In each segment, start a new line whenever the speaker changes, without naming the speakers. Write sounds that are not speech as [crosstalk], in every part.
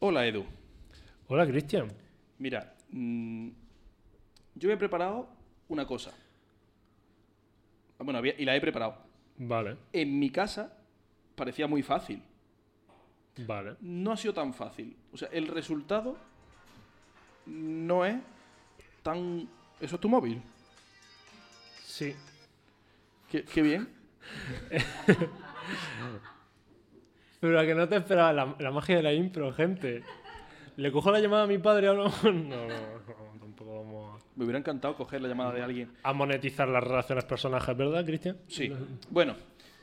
Hola Edu.
Hola, Cristian.
Mira, mm, yo me he preparado una cosa. Ah, Bueno, había- y la he preparado.
Vale,
En mi casa parecía muy fácil.
vale.
No ha sido tan fácil. O sea, el resultado no es tan... Eso es tu móvil.
Sí.
Qué, qué bien.
Pero a que no te esperaba la, la magia de la impro, gente. Le cojo la llamada a mi padre ahora. No, [laughs] no, no, tampoco vamos
Me hubiera encantado coger la llamada de alguien.
a... a monetizar las relaciones personajes, ¿verdad, Cristian?
Sí. Bueno,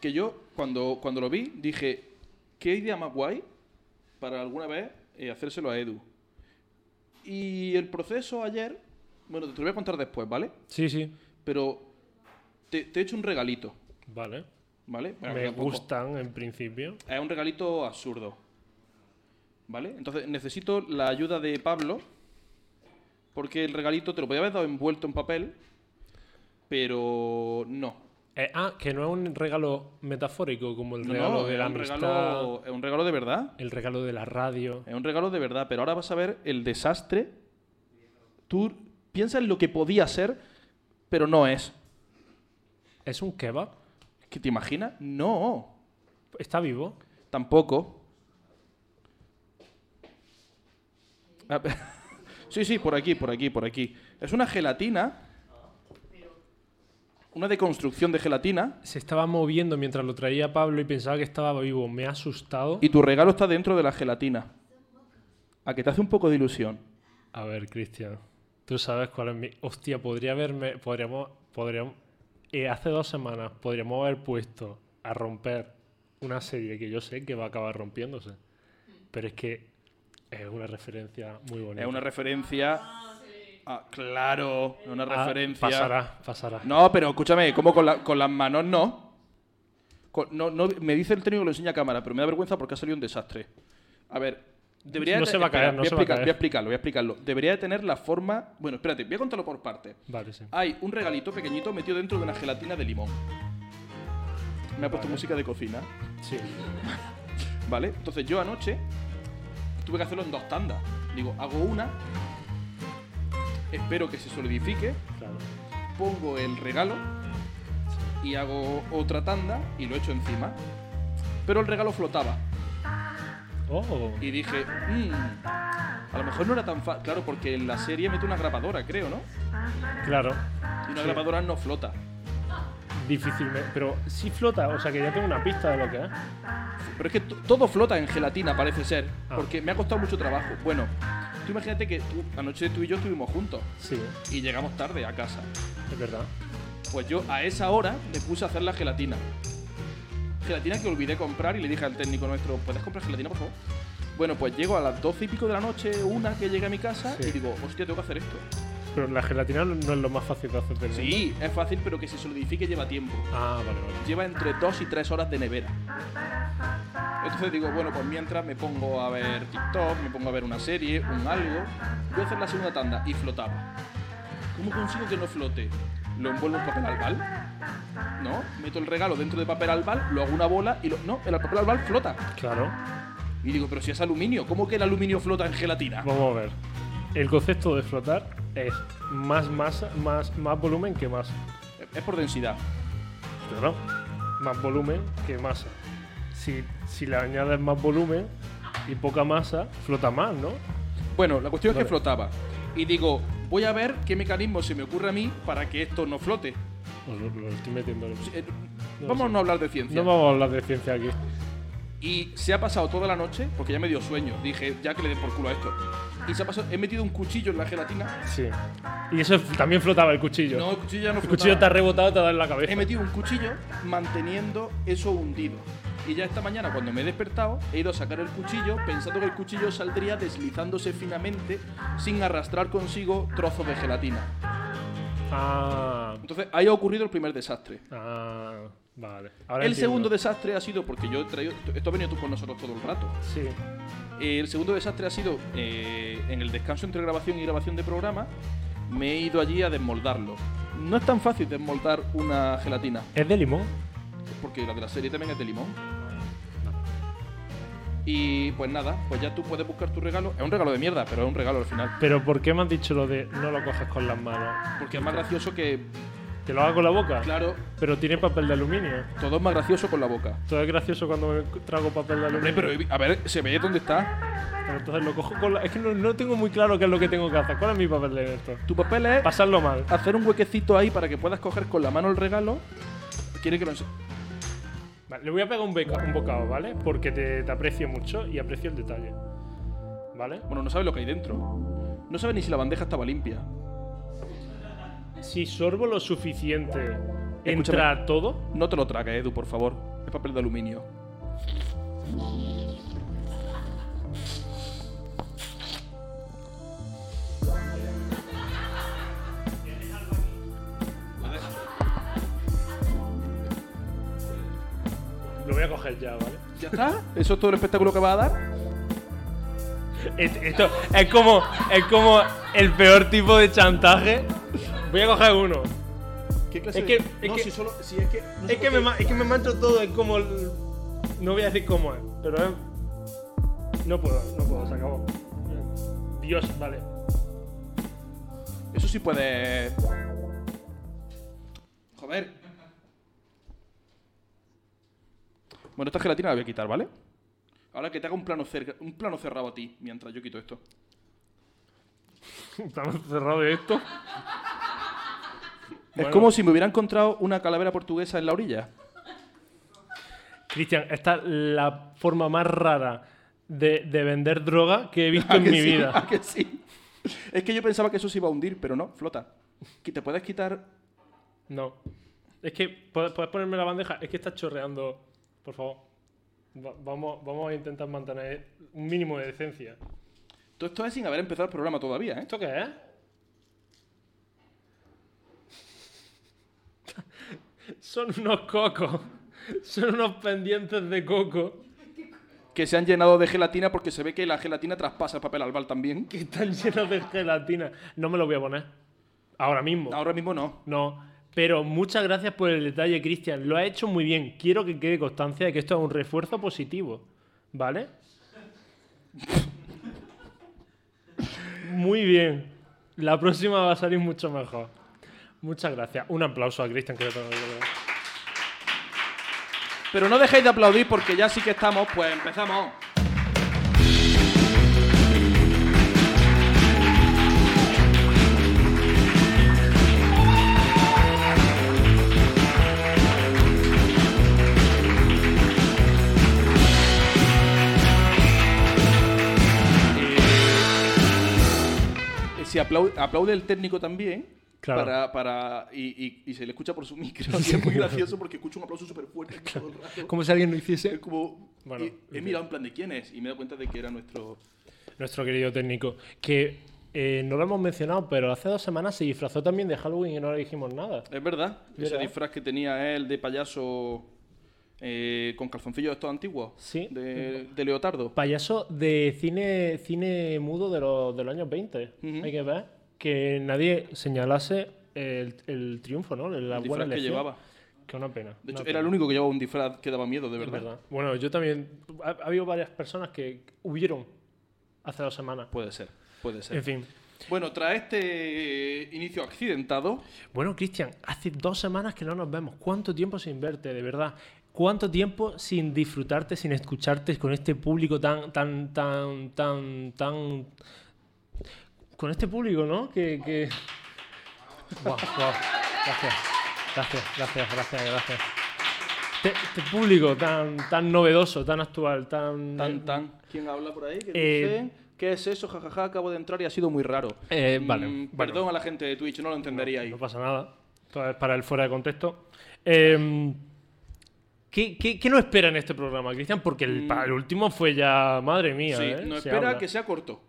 que yo cuando, cuando lo vi dije, ¿qué idea más guay para alguna vez eh, hacérselo a Edu? Y el proceso ayer, bueno, te lo voy a contar después, ¿vale?
Sí, sí.
Pero te, te he hecho un regalito,
Vale.
¿vale? Bueno,
Me
tampoco-
gustan en principio.
Es un regalito absurdo, ¿vale? Entonces necesito la ayuda de Pablo, porque el regalito te lo podía haber dado envuelto en papel, pero no,
Eh, ah, que no es un regalo metafórico como el
No,
regalo
no,
de
es
la
un
amistad,
regalo- es un regalo de verdad.
el regalo de la radio.
Es un regalo de verdad. Pero ahora vas a ver el desastre. Tú piensas en lo que podía ser, pero no es.
¿Es un kebab?
¿Que te imaginas? No,
¿Está vivo?
tampoco. Ah, pe- [laughs] sí, sí, por aquí, por aquí, por aquí. Es una gelatina. Una deconstrucción de gelatina.
Se estaba moviendo mientras lo traía Pablo y pensaba que estaba vivo. Me ha asustado.
Y tu regalo está dentro de la gelatina. A que te hace un poco de ilusión.
A ver, Cristian, tú sabes cuál es mi. Hostia, podría haberme. Podríamos. podríamos eh, hace dos semanas podríamos haber puesto a romper una serie que yo sé que va a acabar rompiéndose. Pero es que es una referencia muy bonita.
Es una referencia. Ah, claro, es una
Ah,
referencia.
pasará, pasará.
No, pero escúchame, como con, la- con las manos no. Con- no, no. Me dice el técnico que lo enseña a cámara, pero me da vergüenza porque ha salido un desastre. A ver, debería.
No
de-
se va a caer,
espera,
no
voy
se va a
explicar-
caer.
Voy a explicarlo, voy a explicarlo. Debería de tener la forma. Bueno, espérate, voy a contarlo por partes.
Vale, sí.
Hay un regalito pequeñito metido dentro de una gelatina de limón. Me ha puesto música de cocina.
Sí.
¿Vale? Entonces yo anoche tuve que hacerlo en dos tandas. Digo, hago una, espero que se solidifique,
Claro.
pongo el regalo y hago otra tanda y lo echo encima. Pero el regalo flotaba
Oh,
y dije, "Mm, a lo mejor no era tan fácil. Claro, porque en la serie mete una grabadora, creo, ¿no?
claro.
Y una
Sí.
grabadora no flota.
Difícilmente. Pero sí flota, o sea que ya tengo una pista de lo que es.
Pero es que to- todo flota en gelatina, parece ser.
Ah.
Porque me ha costado mucho trabajo. Bueno, tú imagínate que tú- anoche tú y yo estuvimos juntos
Sí,
y llegamos tarde a casa.
es verdad.
Pues yo a esa hora me puse a hacer la gelatina. Gelatina que olvidé comprar y le dije al técnico nuestro, ¿puedes comprar gelatina, por favor? Bueno, pues llego a las doce y pico de la noche, una que llegué a mi casa
Sí.
y digo, hostia, tengo que hacer esto.
Pero la gelatina no es lo más fácil de hacer del mundo.
Sí, es fácil, pero que se solidifique lleva tiempo.
Ah, vale, vale.
Lleva entre dos y tres horas de nevera. Entonces digo, bueno, pues mientras me pongo a ver TikTok, me pongo a ver una serie, un algo, voy a hacer la segunda tanda y flotaba. ¿Cómo consigo que no flote? Lo envuelvo en papel albal, ¿no? Meto el regalo dentro de papel albal, lo hago una bola y lo... No, el papel albal flota.
Claro.
Y digo, pero si es aluminio, ¿cómo que el aluminio flota en gelatina?
Vamos a ver. El concepto de flotar es más masa, más, más volumen que masa.
Es por densidad.
Claro. Más volumen que masa. Si, si le añades más volumen y poca masa, flota más, ¿no?
Bueno, la cuestión es que
Vale.
flotaba. Y digo, voy a ver qué mecanismo se me ocurre a mí para que esto no flote.
Os Pues lo, lo estoy metiendo. en el-
Eh,
No
vamos a
sé.
no hablar de ciencia.
No vamos a hablar de ciencia aquí.
Y se ha pasado toda la noche, porque ya me dio sueño, dije, ya que le den por culo a esto. Y se ha pasado, he metido un cuchillo en la gelatina.
Sí. Y eso también flotaba el cuchillo.
No, el cuchillo ya no
el cuchillo te ha
flotaba.
rebotado y te ha dado en la
He
cabeza.
metido un cuchillo manteniendo eso hundido. Y ya esta mañana, cuando me he despertado, he ido a sacar el cuchillo pensando que el cuchillo saldría deslizándose finamente sin arrastrar consigo trozos de gelatina.
Ah,
Entonces, ahí ha ocurrido el primer desastre.
ah, vale. Ahora
El
entiendo.
segundo desastre ha sido porque yo he traído. Esto ha venido tú con nosotros todo el rato.
Sí.
Eh, El segundo desastre ha sido eh, en el descanso entre grabación y grabación de programa. Me he ido allí a desmoldarlo. No es tan fácil desmoldar una gelatina,
¿Es de limón?
porque la de la serie también es de limón. Y pues nada, pues ya tú puedes buscar tu regalo. Es un regalo de mierda, pero es un regalo al final.
Pero ¿por qué me has dicho lo de no lo cojas con las manos?
Porque es más gracioso que,
Que lo haga con la boca.
claro,
Pero tiene papel de aluminio.
todo es más gracioso con la boca.
Todo es gracioso cuando me trago papel de
Hombre,
aluminio.
pero a ver, se ve dónde está.
Pero entonces lo cojo con la... Es que no, no tengo muy claro qué es lo que tengo que hacer. ¿Cuál es mi papel de esto?
Tu papel es
Pasarlo mal.
hacer un huequecito ahí para que puedas coger con la mano el regalo. Quiere que lo ense-
Vale, le voy a pegar un, beca- un bocado, ¿vale? Porque te, te aprecio mucho y aprecio el detalle. ¿Vale?
Bueno, no sabe lo que hay dentro. No sabe ni si la bandeja estaba limpia.
Si sorbo lo suficiente,
Escúchame.
¿entra todo?
No te lo tragues, Edu, por favor. Es papel de aluminio.
Lo voy a coger ya, ¿vale?
¿Ya está? ¿Eso es todo el espectáculo que va a dar?
Et- Esto es como, es como el peor tipo de chantaje. Voy a coger uno.
¿Qué
Es
de-
que- es
no,
que-
si solo... Si es que... no sé
Es
por
que, me,
qué-
ma- es que me mancho todo, es como... el- No voy a decir cómo es, pero es... No puedo, no puedo, se acabó. Dios, vale.
Eso sí puede... Joder. Bueno, esta gelatina la voy a quitar, ¿vale? Ahora que te haga un plano, cerca, un plano cerrado a ti mientras yo quito esto.
[laughs] Estamos cerrados de esto. Bueno.
Es como si me hubiera encontrado una calavera portuguesa en la orilla.
Cristian, esta es la forma más rara de, de vender droga que he visto [laughs]
¿A
en
que
mi
sí?
vida.
¿A que sí? Es que yo pensaba que eso se iba a hundir, pero no, flota. Que te puedes quitar.
No. Es que, ¿puedes, puedes ponerme la bandeja? Es que está chorreando. Por favor. Va- vamos, vamos a intentar mantener un mínimo de decencia.
Todo esto es sin haber empezado el programa todavía, ¿eh?
¿Esto qué es? [laughs] Son unos cocos. Son unos pendientes de coco
Que se han llenado de gelatina porque se ve que la gelatina traspasa el papel albal también.
que están llenos de gelatina. No me los voy a poner. Ahora mismo.
Ahora mismo no.
No, pero muchas gracias por el detalle, Cristian. Lo ha hecho muy bien. Quiero que quede constancia de que esto es un refuerzo positivo. ¿Vale? muy bien. La próxima va a salir mucho mejor. Muchas gracias. Un aplauso a Cristian, que lo tengo que dar.
Pero no dejéis de aplaudir porque ya sí que estamos, pues empezamos. Eh, Si aplau- aplaude, el técnico también.
Claro.
Para, para, y, y- y se le escucha por su [laughs] micro. y es muy gracioso porque escucho un aplauso súper fuerte todo el rato.
Como si alguien lo
Es
hiciese.
como.
Bueno,
he- he, mirado en plan de quién es y me he dado cuenta de que era nuestro.
Nuestro querido técnico, que eh, no lo hemos mencionado, pero hace dos semanas se disfrazó también de Halloween y no le dijimos nada.
Es verdad, ese
¿Verdad?
disfraz que tenía él de payaso eh, con calzoncillos estos antiguos.
Sí.
De, de leotardo.
Payaso de cine, cine mudo de, los de los años 20.
Ujú.
Hay que ver que nadie señalase el, el triunfo, ¿no? La
El
buena
disfraz que
elección.
llevaba.
Que una pena.
De
una
hecho,
pena.
era el único que llevaba un disfraz que daba miedo, de
Es
verdad.
verdad. Bueno, yo también. Ha, ha habido varias personas que huyeron hace dos semanas.
Puede ser, puede ser.
En fin.
Bueno, tras este inicio accidentado,
Bueno, Cristian, hace dos semanas que no nos vemos. ¿Cuánto tiempo sin verte, de verdad? ¿Cuánto tiempo sin disfrutarte, sin escucharte con este público tan, tan, tan, tan, tan... Con este público, ¿no? Que... que... Guau, guau. Gracias, gracias, gracias, gracias, gracias. Este, este público tan, tan novedoso, tan actual, tan...
tan tan. ¿Quién habla por ahí? ¿Qué
Eh,
dice? ¿Qué es eso? Jajaja, acabo de entrar y ha sido muy raro.
Eh, vale,
Mm,
bueno.
Perdón a la gente de Twitch, no lo entenderíais.
No pasa nada. Esto es para el fuera de contexto. Eh, ¿qué, qué, qué nos espera en este programa, Cristian? Porque el, pa- el último fue ya. Madre mía.
Mm. sí,
¿eh?
no
Se
espera
habla.
que sea corto.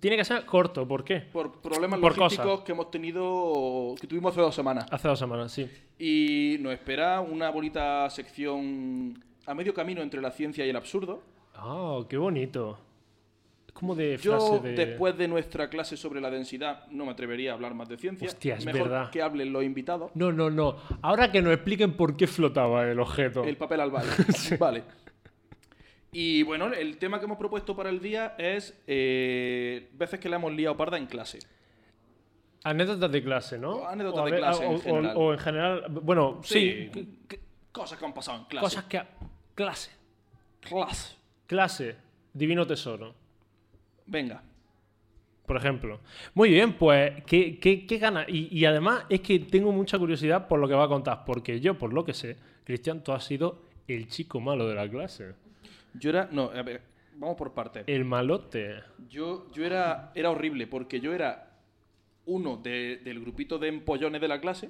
Tiene que ser corto, ¿por qué?
Por problemas
Por
logísticos
cosas. Ah.
que hemos tenido, que tuvimos hace dos semanas.
Hace dos semanas, sí.
Y nos espera una bonita sección a medio camino entre la ciencia y el absurdo.
Ah, qué bonito. Es como de frase
Yo,
de.
después de nuestra clase sobre la densidad, no me atrevería a hablar más de ciencia.
Hostia, es
Mejor
verdad.
que hablen los invitados.
No, no, no. [laughs] Ahora que nos expliquen por qué flotaba el objeto.
El papel al vale. Vale. Y bueno, el tema que hemos propuesto para el día es eh, veces que la hemos liado parda en clase.
Anécdotas de clase, ¿no?
O anécdotas
a
de
ver-
clase en
o- o-
general.
o en general- Bueno, sí. c-
c- Cosas que han pasado en clase.
Cosas que. ha- Clase.
Clase.
Clase. Divino tesoro.
Venga.
Por ejemplo. Muy bien, pues, qué, qué, qué gana. Y, y además es que tengo mucha curiosidad por lo que va a contar. Porque yo, por lo que sé, Cristian, tú has sido el chico malo de la clase.
Yo era. No, a ver, vamos por partes.
El malote.
Yo, yo era, era horrible porque yo era uno de- del grupito de empollones de la clase,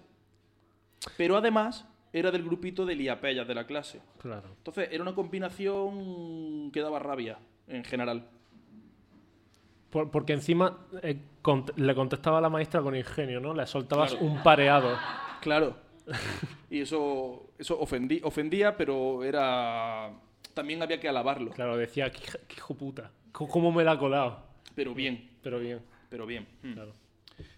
pero además era del grupito de liapellas de la clase.
Claro.
Entonces era una combinación que daba rabia en general.
Por- porque encima eh, cont- le contestaba a la maestra con ingenio, ¿no? Le soltabas
Claro.
un pareado.
Claro. [laughs] Y eso, eso ofendí- ofendía, pero era. También había que alabarlo.
Claro, decía, qué, hija- qué hijo puta. ¿Cómo cómo me la ha colado?
Pero bien,
Pero bien,
pero bien. Mm.
claro.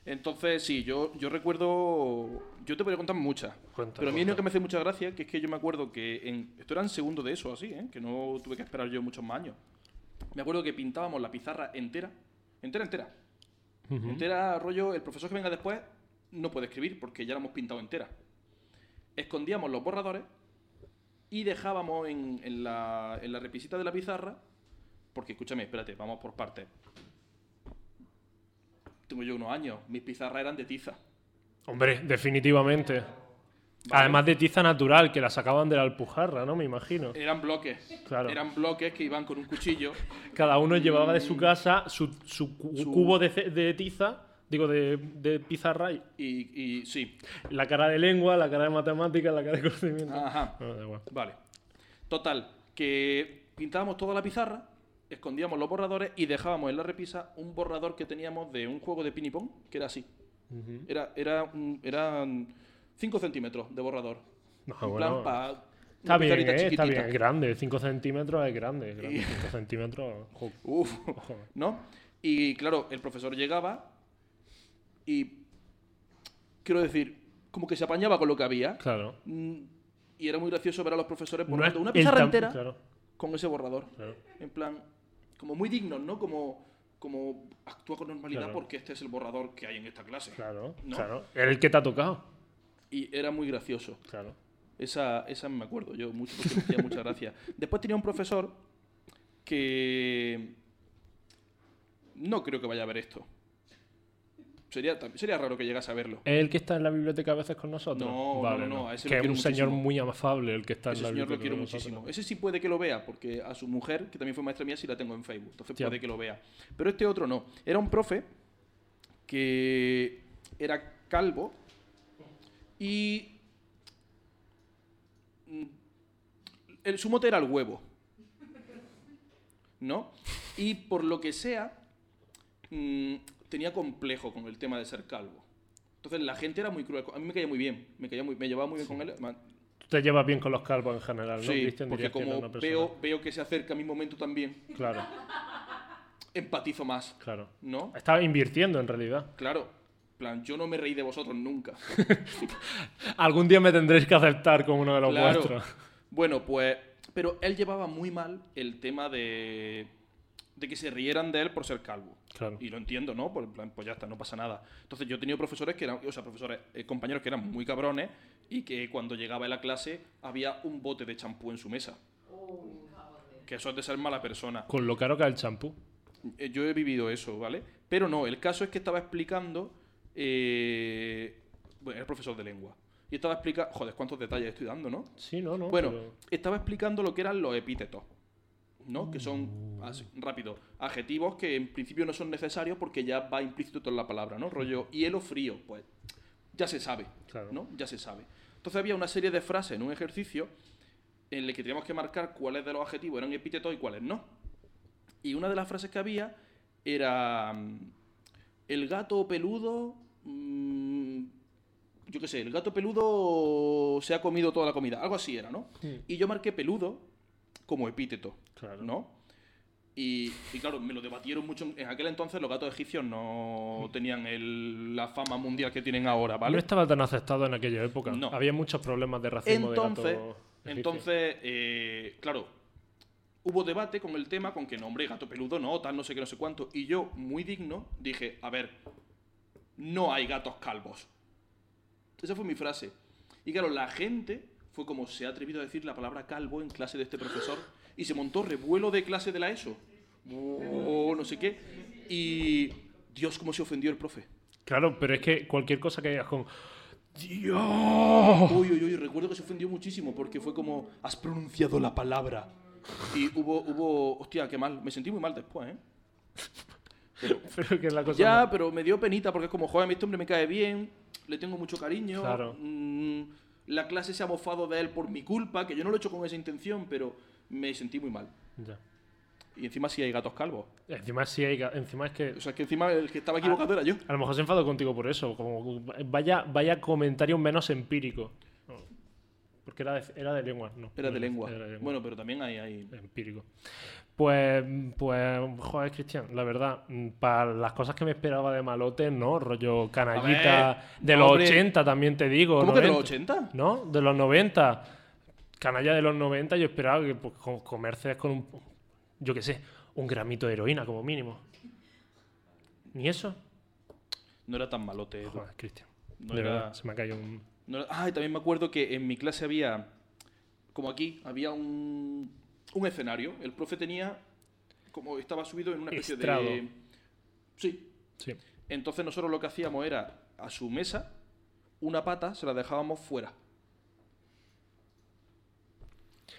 Entonces, sí, yo, yo recuerdo. Yo te podría contar muchas.
Cuenta,
pero a mí es
cuenta.
lo que me hace mucha gracia, que es que yo me acuerdo que. En, esto era en segundo de eso, así, ¿eh? que no tuve que esperar yo muchos más años. Me acuerdo que pintábamos la pizarra entera. Entera, entera. Entera, rollo. El profesor que venga después no puede escribir porque ya la hemos pintado entera. Escondíamos los borradores y dejábamos en, en la, en la repisita de la pizarra. Porque escúchame, espérate, vamos por partes. Tengo yo unos años, mis pizarras eran de tiza.
Hombre, definitivamente. Además de tiza natural, que la sacaban de la alpujarra, ¿no? Me imagino.
Eran bloques.
Claro.
Eran bloques que iban con un cuchillo.
Cada uno llevaba de su casa su, su cu-
Mm. Su-
cubo de, ce- de tiza, digo, de, de pizarra, y
Y, y sí.
la cara de lengua, la cara de matemáticas, la cara de conocimiento.
Ajá.
Bueno, da igual.
Vale. Total, que pintábamos toda la pizarra, escondíamos los borradores y dejábamos en la repisa un borrador que teníamos de un juego de pinipón, que era así. Era, era un- eran 5 centímetros de borrador.
No,
en
Ah, bueno.
plan, pa- una
Está bien,
pizarrita
eh, está
chiquitita.
bien, es grande. 5 centímetros es grande. es grande.
Y-
5 centímetros. jo,
Uf, ¿no? Y claro, el profesor llegaba y, quiero decir, como que se apañaba con lo que había.
Claro.
Mm, Y era muy gracioso ver a los profesores
No
borrando
es
una
el
pizarra
tam-
entera
Claro,
con ese borrador.
claro.
En plan, como muy dignos, ¿no? Como, como actúa con normalidad
Claro.
porque este es el borrador que hay en esta clase.
Claro,
No.
claro. El que te ha tocado.
Y era muy gracioso.
Claro.
Esa, esa me acuerdo yo mucho porque me hacía mucha
[laughs]
gracia. Después tenía un profesor que. No creo que vaya a ver esto. Sería, tam- sería raro que llegase a verlo.
¿Es el que está en la biblioteca a veces con nosotros?
No, no, no, no, a ese lo
que es un
quiero
señor
muchísimo.
muy amable el que está
Ese
en la
señor
biblioteca.
lo quiero
con nosotros.
muchísimo. eh. Ese sí puede que lo vea, porque a su mujer, que también fue maestra mía, sí la tengo en Facebook. Entonces
Tía.
puede que lo vea. Pero este otro no. Era un profe que era calvo y. mm, El, su mote era el huevo. ¿No? Y por lo que sea, mm, tenía complejo con el tema de ser calvo. Entonces la gente era muy cruel. con- A mí me caía muy bien. Me, caía muy, me llevaba muy bien con él. ma-
Tú te llevas bien con los calvos en general, ¿no?
Sí,
Cristian?
porque
Dirías que eres
como
una persona-
veo, veo que se acerca mi momento también,
Claro,
empatizo más,
claro.
¿no?
Estaba invirtiendo en realidad.
Claro, plan, yo no me reí de vosotros nunca.
Algún día me tendréis que aceptar como uno de los
Claro.
vuestros.
Bueno, pues, pero él llevaba muy mal el tema de, de que se rieran de él por ser calvo.
Claro.
Y lo entiendo, ¿no? Por, en plan, pues ya está, no pasa nada. Entonces yo he tenido profesores que eran, o sea, profesores, eh, compañeros que eran muy cabrones y que cuando llegaba a la clase había un bote de champú en su mesa. Que eso es de ser mala persona.
Con lo caro que es el champú.
Eh, Yo he vivido eso, ¿vale? Pero no, el caso es que estaba explicando. eh, bueno, era profesor de lengua. Y estaba explicando. Joder, cuántos detalles estoy dando, ¿no?
Sí, no, no.
Bueno,
pero-
estaba explicando lo que eran los epítetos. ¿No? Que
Mm.
son, así, rápido, adjetivos que en principio no son necesarios porque ya va implícito toda la palabra, ¿no? Rollo hielo frío, pues ya se sabe,
Claro.
¿no? Ya se sabe. Entonces había una serie de frases en un ejercicio en el que teníamos que marcar cuáles de los adjetivos eran epítetos y cuáles no. Y una de las frases que había era mm, el gato peludo, mm, yo qué sé, el gato peludo se ha comido toda la comida, algo así era, ¿no?
Sí.
Y yo marqué peludo como epíteto,
Claro.
¿no? Y, y claro, me lo debatieron mucho. En aquel entonces los gatos egipcios
Mm.
no tenían el- la fama mundial que tienen ahora, ¿vale?
No estaba tan aceptado en aquella época.
No.
Había muchos problemas de racismo
Entonces,
de gato egipcio.
entonces eh, claro, hubo debate con el tema, con que no, hombre, gato peludo no, tal, no sé qué, no sé cuánto. Y yo, muy digno, dije, a ver, no hay gatos calvos. Esa fue mi frase. Y claro, la gente fue como se ha atrevido a decir la palabra calvo en clase de este profesor y se montó revuelo de clase de la E ESO. O Oh, no sé qué. Y Dios, cómo se ofendió el profe.
Claro, pero es que cualquier cosa que digas con. ¡Dios!
Uy, uy, uy, recuerdo que se ofendió muchísimo porque fue como, has pronunciado la palabra. Y hubo, hubo, hostia, qué mal, me sentí muy mal después, ¿eh?
[laughs] Pero que es la cosa.
Ya,
más-
pero me dio penita porque es como, joder, a mí este hombre me cae bien, le tengo mucho cariño.
Claro.
mm, la clase se ha mofado de él por mi culpa, que yo no lo he hecho con esa intención, pero me sentí muy mal.
Ya.
Y encima sí hay gatos calvos.
Encima sí hay. ga- Encima es que.
O sea, que encima el que estaba equivocado era yo.
A lo mejor se enfadó contigo por eso. Como vaya, vaya comentario menos empírico. No. Porque era de, era de lengua, ¿no?
Era de lengua.
Era de lengua.
Bueno, pero también hay... hay-
empírico. Pues, pues, joder, Cristian, la verdad, mm, para las cosas que me esperaba de malote, no, rollo
A
canallita
ver,
de
no,
los
hombre.
80 también te digo.
¿Cómo que de los
90.
80?
¿No? De los 90. Canalla de los 90, yo esperaba que pues, co- comerces con un, yo qué sé, un gramito de heroína como mínimo. Ni eso.
No era tan malote. Edu.
Joder, Cristian.
No
de
era-
verdad, se me ha caído un...
No, ah, y también me acuerdo que en mi clase había, como aquí, había un, un escenario. El profe tenía, como estaba subido en una especie
Estrado.
de... Sí.
Sí.
Entonces nosotros lo que hacíamos era, a su mesa, una pata se la dejábamos fuera.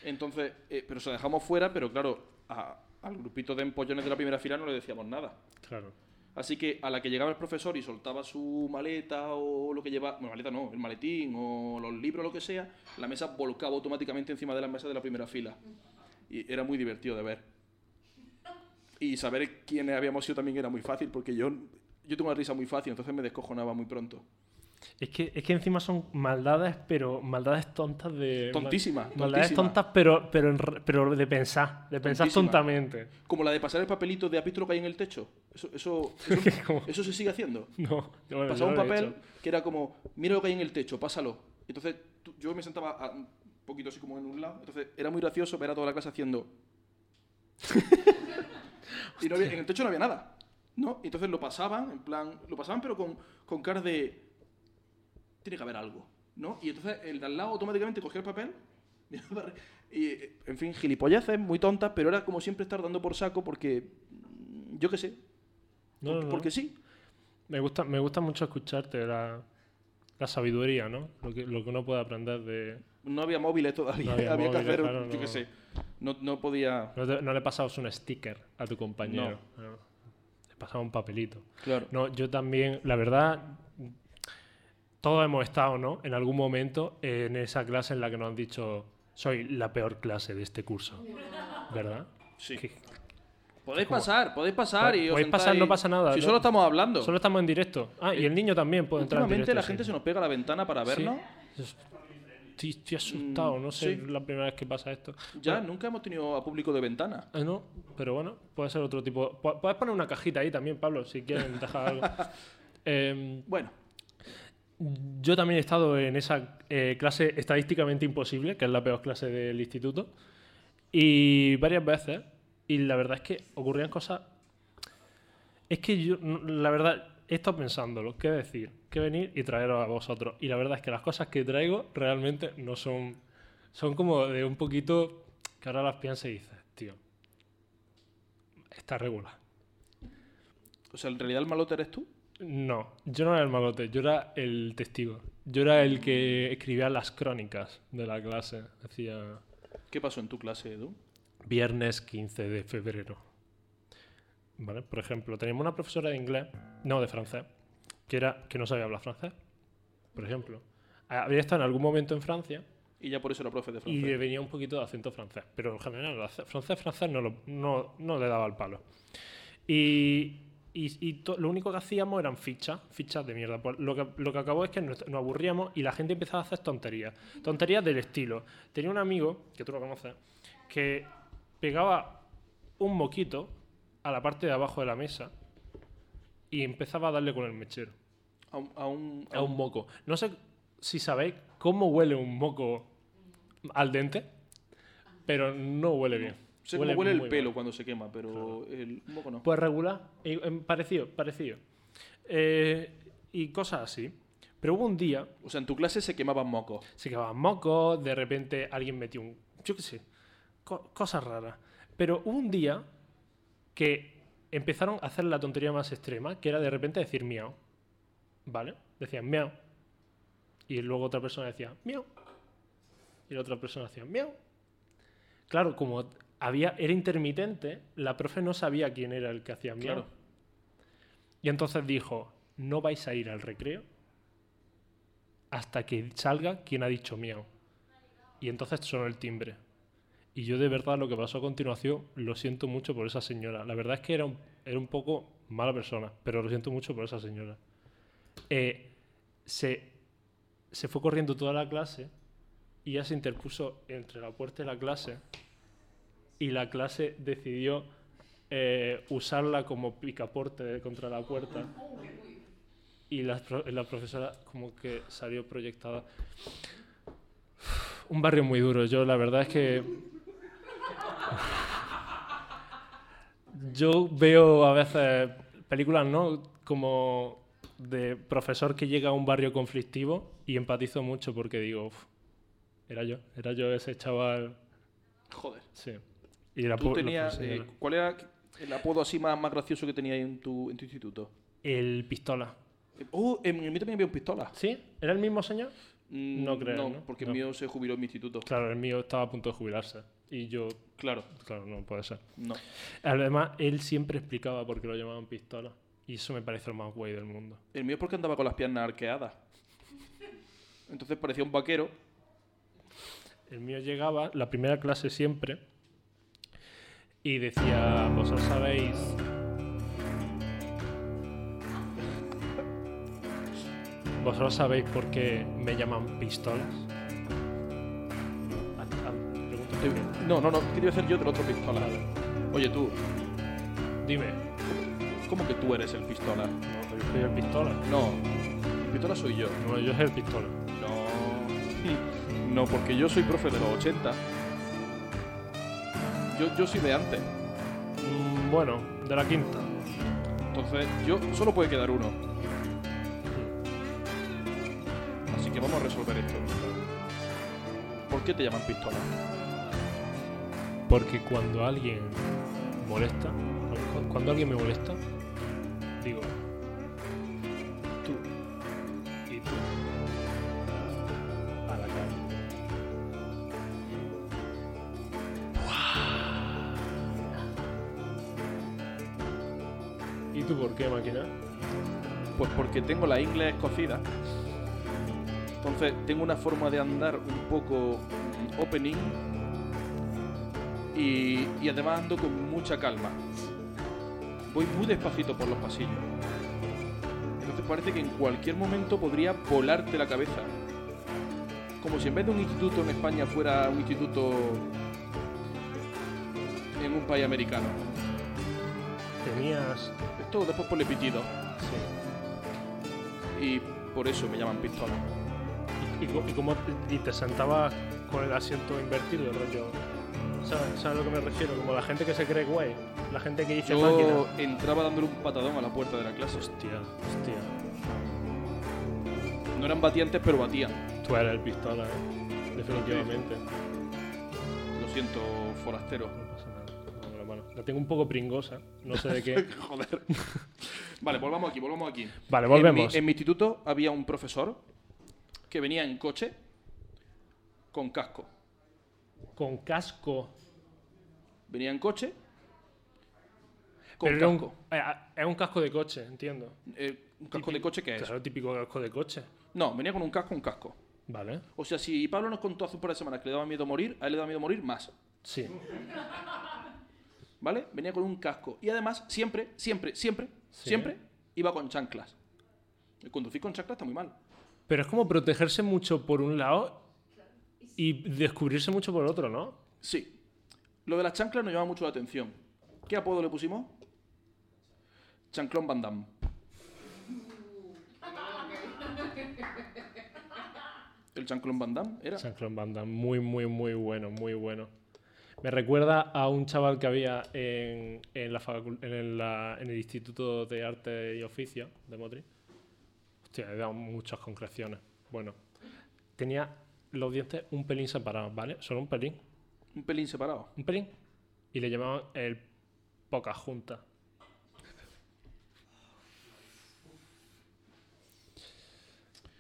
Entonces, eh, pero se la dejamos fuera, pero claro, a- al grupito de empollones de la primera fila no le decíamos nada.
Claro.
Así que a la que llegaba el profesor y soltaba su maleta o lo que llevaba, bueno, maleta no, el maletín o los libros, lo que sea, la mesa volcaba automáticamente encima de la mesa de la primera fila. Y era muy divertido de ver. Y saber quiénes habíamos sido también era muy fácil, porque yo, yo tengo una risa muy fácil, entonces me descojonaba muy pronto.
Es que, es que encima son maldades, pero maldades tontas de.
Tontísimas,
Maldades
tontísimas.
tontas, pero, pero, en re- pero de pensar. De pensar
Tontísimas.
tontamente. [laughs]
Como la de pasar el papelito de apístolo que hay en el techo. Eso, eso, eso-
¿Qué? ¿Cómo?
eso se sigue haciendo.
No. yo- bueno,
pasaba
yo
un
lo he
papel
hecho.
que era como, mira lo que hay en el techo, pásalo. Entonces tú- yo me sentaba a- un poquito así como en un lado. Entonces era muy gracioso ver a toda la clase haciendo... y no había- en el techo no había nada. ¿no? Y Entonces lo pasaban, en plan, lo pasaban pero con, con cara de... Tiene que haber algo. ¿no? Y entonces el de al lado automáticamente cogía el papel. [laughs] miraba para arriba, Y, eh, en fin, gilipolleces, muy tontas, pero era como siempre estar dando por saco porque... mm, Yo qué sé.
No, no, no.
Porque sí.
Me, gusta, me gusta mucho escucharte la, la sabiduría, ¿no? Lo que, lo que uno puede aprender de.
No había móviles todavía.
No
[laughs] había
había
que
móviles,
hacer,
claro,
yo qué
no.
sé. No, no podía.
No, te- no le pasabas un sticker a tu compañero. no. Le pasaba un papelito.
Claro.
No, yo también, la verdad, todos hemos estado, ¿no? En algún momento eh, en esa clase en la que nos han dicho, soy la peor clase de este curso, ¿verdad?
Sí.
Que-
Podéis pasar, podéis pasar. Y os
Podéis pasar,
sentáis.
no pasa nada,
Si
¿no?
solo estamos hablando.
Solo estamos en directo. Ah, y el niño también puede entrar en
Últimamente
directo.
la gente se nos pega a la ventana para vernos.
Estoy, estoy asustado, no sé,
Mm, sí.
la primera vez que pasa esto.
Ya nunca hemos tenido a público de ventana.
Ah, no, pero bueno, puede ser otro tipo. Pu- Puedes poner una cajita ahí también, Pablo, si quieren dejar
[laughs]
algo. Em,
Bueno,
Yo también he estado en esa eh, clase estadísticamente imposible, que es la peor clase del instituto, y varias veces, y la verdad es que ocurrían cosas... Es que yo, no- la verdad, he estado pensándolo, qué decir, qué venir y traeros a vosotros, y la verdad es que las cosas que traigo realmente no son... Son como de un poquito que ahora las piensas y dices, tío, está regular.
o sea, en realidad el malote eres tú.
No, yo no era el malote, yo era el testigo. Yo era el que escribía las crónicas de la clase. Hacía
¿Qué pasó en tu clase, Edu?
viernes 15 de febrero. ¿Vale? Por ejemplo, teníamos una profesora de inglés, no de francés, que, era, que no sabía hablar francés. Por ejemplo, había estado en algún momento en Francia
Y ya por eso era profe de
y
francés.
le venía un poquito de acento francés, pero en general el ac- francés francés no, lo- no, no le daba el palo. Y, y- y to- lo único que hacíamos eran fichas, fichas de mierda. Pues lo, que, lo que acabó es que nos, nos aburríamos y la gente empezaba a hacer tonterías, tonterías del estilo. Tenía un amigo, que tú lo conoces, que pegaba un moquito a la parte de abajo de la mesa y empezaba a darle con el mechero
A un, a un- a
a
un-
un moco. No sé si sabéis cómo huele un moco al dente, pero no huele bien.
Sé cómo
Huele
huele el
muy
pelo
mal.
cuando se quema, pero el moco no.
Pues regular, eh, em, parecido, parecido. Eh, y cosas así. Pero hubo un día,
O sea, en tu clase se quemaban mocos.
se quedaban mocos, de repente alguien metió un... Yo qué sé, co- cosas raras. Pero hubo un día que empezaron a hacer la tontería más extrema, que era de repente decir miau. ¿Vale? Decían miau. Y luego otra persona decía miau. Y la otra persona decía miau. Claro, como había, era intermitente, la profe no sabía quién era el que hacía miau.
Claro.
Y entonces dijo, no vais a ir al recreo hasta que salga quien ha dicho miau. Y entonces sonó el timbre. Y yo de verdad lo que pasó a continuación lo siento mucho por esa señora. La verdad es que era un, era un poco mala persona, pero lo siento mucho por esa señora. Eh, se, se fue corriendo toda la clase y ya se interpuso entre la puerta y la clase y la clase decidió eh, usarla como picaporte contra la puerta y la, pro- la profesora como que salió proyectada. Un barrio muy duro, yo la verdad es que... Yo veo a veces películas, ¿no? Como de profesor que llega a un barrio conflictivo y empatizo mucho porque digo, "Uf, era yo, era yo ese chaval,
Joder.
sí. Y la
Tú
po- la
tenías, eh,
profesora.
¿Cuál era el apodo así más, más gracioso que tenías en tu, en tu instituto?
El pistola.
Eh, Oh, en el mío también había un pistola.
¿Sí? ¿Era el mismo señor?
Mm,
No creo, ¿no?
porque
No.
el mío se jubiló en mi instituto.
Claro, el mío estaba a punto de jubilarse. Y yo,
Claro,
claro, no puede ser.
no.
Además, él siempre explicaba por qué lo llamaban pistola. Y eso me parece lo más guay del mundo.
El mío es porque andaba con las piernas arqueadas. Entonces parecía un vaquero.
El mío llegaba, la primera clase siempre, y decía, vosotros sabéis... ¿Vosotros sabéis por qué me llaman pistolas? Ah, ah, pregunto
Eh,
primero.
No, no, no. ¿Qué te iba a hacer yo del otro pistola? Oye, tú,
Dime,
¿cómo que tú eres el pistola?
no, yo soy el pistola.
No, el pistola soy yo.
No, yo soy el pistola.
No. [laughs] No, porque yo soy profe de los 80. Yo, yo soy de antes.
Mm, bueno, de la quinta.
Entonces, yo solo puede quedar uno. Así que vamos a resolver esto. ¿Por qué te llaman pistola?
Porque cuando alguien molesta, cuando alguien me molesta, digo, tú y tú a la cara. ¿Y tú por qué, máquina?
Pues porque tengo la ingle escocida. Entonces, tengo una forma de andar un poco mm, opening. Y, y además ando con mucha calma. Voy muy despacito por los pasillos. Entonces parece que en cualquier momento podría volarte la cabeza. Como si en vez de un instituto en España fuera un instituto en un país americano.
Tenías...
Esto después ponle pitido.
Sí.
Y por eso me llaman pistola.
Y, y co- y como, y te sentabas con el asiento invertido, rollo... ¿Sabes, ¿Sabes a lo que me refiero? Como la gente que se cree guay. La gente que dice máquina.
Yo entraba dándole un patadón a la puerta de la clase.
Hostia, hostia.
No eran batientes, pero batían.
Tú eres el pistola, ¿eh? Definitivamente.
Lo siento, forastero. [laughs]
No pasa nada. Vamos, la mano. La tengo un poco pringosa, no sé de
[laughs]
qué.
Joder. Vale, volvamos aquí, volvamos aquí.
Vale,
En mi-
volvemos.
En mi, instituto había un profesor que venía en coche con casco.
Con casco.
Venía en coche con
Pero era un-
casco.
eh, Es un casco de coche, entiendo.
Eh, ¿Un casco de coche qué es?
Claro, típico casco de coche.
No, venía con un casco, un casco.
Vale.
O sea, si Pablo nos contó hace un par de semanas que le daba miedo morir, a él le daba miedo morir más.
Sí.
¿Vale? Venía con un casco. Y además, siempre, siempre, siempre,
Sí.
siempre iba con chanclas. Y Conducir con chanclas está muy mal.
Pero es como protegerse mucho por un lado y descubrirse mucho por otro, ¿no?
Sí. Lo de las chanclas nos llama mucho la atención. ¿Qué apodo le pusimos? Chanclón Van Damme. El chanclón Van Damme era.
San Clon Banda, muy, muy, muy bueno, muy bueno. Me recuerda a un chaval que había en, en la facu- en, el, la- en el Instituto de Arte y Oficio de Motriz. Hostia, he dado muchas concreciones. Bueno, tenía los dientes un pelín separados, ¿vale? Solo un pelín.
Un pelín separado.
Un pelín. Y le llamaban el poca junta.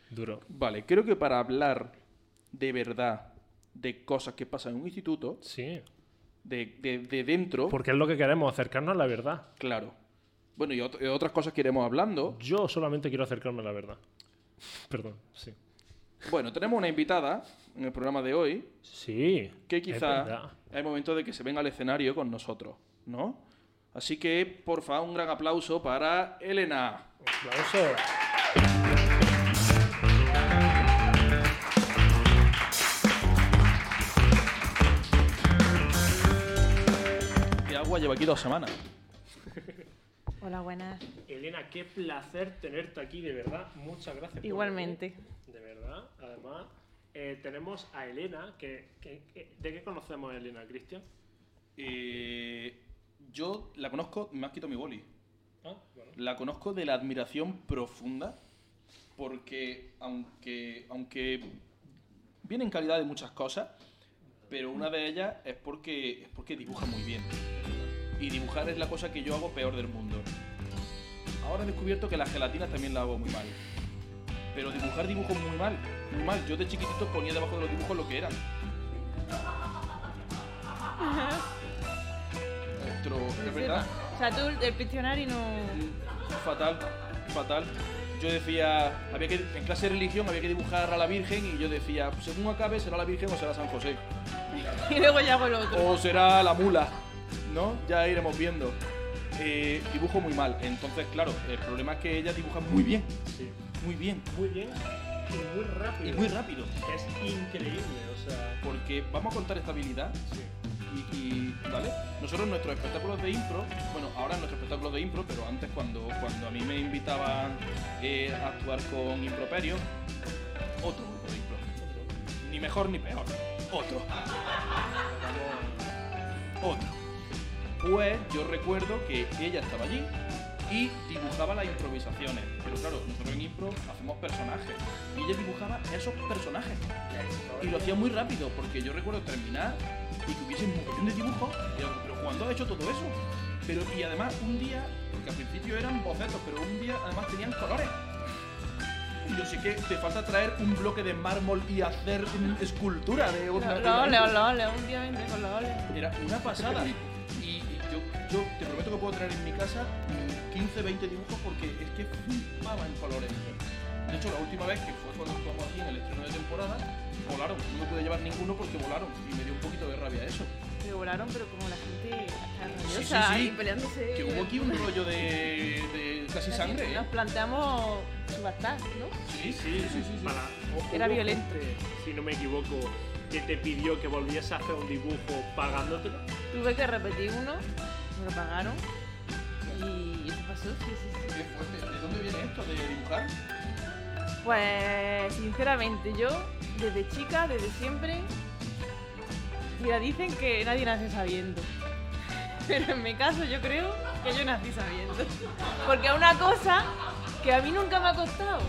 Duro.
Vale, creo que para hablar de verdad de cosas que pasan en un instituto,
Sí.
de, de- de dentro,
Porque es lo que queremos, acercarnos a la verdad.
claro. Bueno, y, ot- y otras cosas que iremos hablando.
Yo solamente quiero acercarme a la verdad. [laughs] Perdón, sí.
Bueno, tenemos una invitada en el programa de hoy
Sí.
que
es
quizá
verdad.
hay momento de que se venga al escenario con nosotros, ¿no? Así que, porfa, un gran aplauso para Elena.
Aplauso.
De agua lleva aquí dos semanas.
Hola, buenas.
Elena, qué placer tenerte aquí, de verdad. Muchas gracias. por
Igualmente.
venir, De verdad. Además, eh, tenemos a Elena, que, que- que- ¿de qué conocemos a Elena, Cristian?
Eh, yo la conozco, me has quitado mi boli.
Ah, bueno.
La conozco de la admiración profunda, porque aunque, aunque viene en calidad de muchas cosas, pero una de ellas es porque, es porque dibuja muy bien. Y dibujar es la cosa que yo hago peor del mundo. Ahora he descubierto que las gelatinas también las hago muy mal. Pero dibujar dibujo muy mal, muy mal. Yo de chiquitito ponía debajo de los dibujos lo que eran. Nuestro, es verdad.
O sea, tú el diccionario no. [laughs]
Fatal, fatal. Yo decía, había que, en clase de religión había que dibujar a la Virgen y yo decía, "Pues según acabe será la Virgen o será San José.
Y luego ya hago lo otro.
O será la mula, ¿no? Ya iremos viendo. Eh, dibujo muy mal, entonces claro, el problema es que ella dibuja muy bien,
Sí.
muy bien
Muy bien y muy rápido.
y muy rápido.
Es increíble, o sea.
Porque vamos a contar esta habilidad
Sí.
y, y, ¿vale? Nosotros en nuestros espectáculos de impro, bueno, ahora en nuestros espectáculos de impro, pero antes cuando, cuando a mí me invitaban eh, a actuar con Improperio, otro grupo de impro. Ni mejor ni peor. Otro. Otro. Pues yo recuerdo que ella estaba allí y dibujaba las improvisaciones. Pero claro, nosotros en impro hacemos personajes. Y ella dibujaba esos personajes. Y lo hacía muy rápido, porque yo recuerdo terminar y que hubiese un montón de dibujos. Y yo, pero ¿cuándo ha hecho todo eso? Pero, y además un día, porque al principio eran bocetos, pero un día además tenían colores. Y yo sé que te falta traer un bloque de mármol y hacer mm, escultura de
Lo,
una-
lo ole, lo ole, un día vendré con lo ole.
era una pasada. Y, y yo, yo te prometo que puedo traer en mi casa mm, 15, 20 dibujos porque es que flipaba en colores. De hecho, la última vez que fue cuando estuvimos aquí en el estreno de temporada, volaron. No me pude llevar ninguno porque volaron y me dio un poquito de rabia eso.
Se volaron, pero como la gente está
sí,
rabiosa
sí.
y peleándose.
Que hubo aquí un rollo de, de casi sangre. ¿eh?
Nos planteamos subastar, ¿no?
Sí, sí, sí, sí. sí.
Para- o-
Era
hubo
violento.
gente, si no me equivoco, que te pidió que volviese a hacer un dibujo pagándotelo.
Tuve que repetir uno, me lo pagaron. Y eso pasó, sí, sí, sí.
Qué fuerte. ¿De dónde viene esto de dibujar?
Pues sinceramente yo, desde chica, desde siempre, mira, dicen que nadie nace sabiendo. [laughs] Pero en mi caso yo creo que yo nací sabiendo. Porque es una cosa que a mí nunca me ha costado.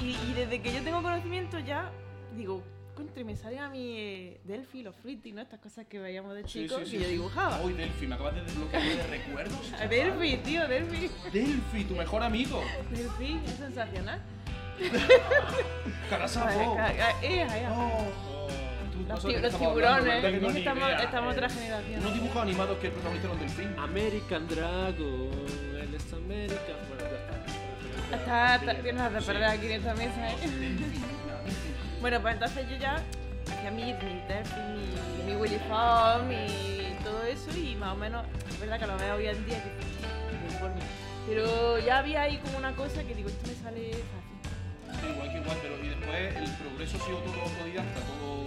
Y, y desde que yo tengo conocimiento ya, digo, contra, me sale a mí eh, Delphi, los Fruity, ¿no? Estas cosas que veíamos de chicos que yo dibujaba.
Uy, Delphi, me acabas de desbloquear de recuerdos.
[laughs] A Delphi, tío, Delphi.
Delphi, tu mejor amigo.
Delphi, es sensacional.
Carasafo.
Ca- ca- eh, eh,
Tú,
Los,
nosotros
ti- los
estamos hablando,
tiburones,
¿verdad que no?
es que estamos,
idea,
estamos Ah,
eh.
otra generación.
Unos dibujos animados que protagonizaron Delfín.
American Dragon, él es American. Bueno, ya está.
Está, está- tienes las de
Sí.
perder aquí en esta mesa, ¿eh? Bueno, pues entonces yo ya hacía mi, mi Delphi, mi, mi Willy Fong y todo eso y más o menos, es verdad que lo veo hoy en día que que es por mí. Pero ya había ahí como una cosa que digo, esto me sale fácil.
Sí, igual que igual, pero y después el progreso ha sido todo autodidacta, todo.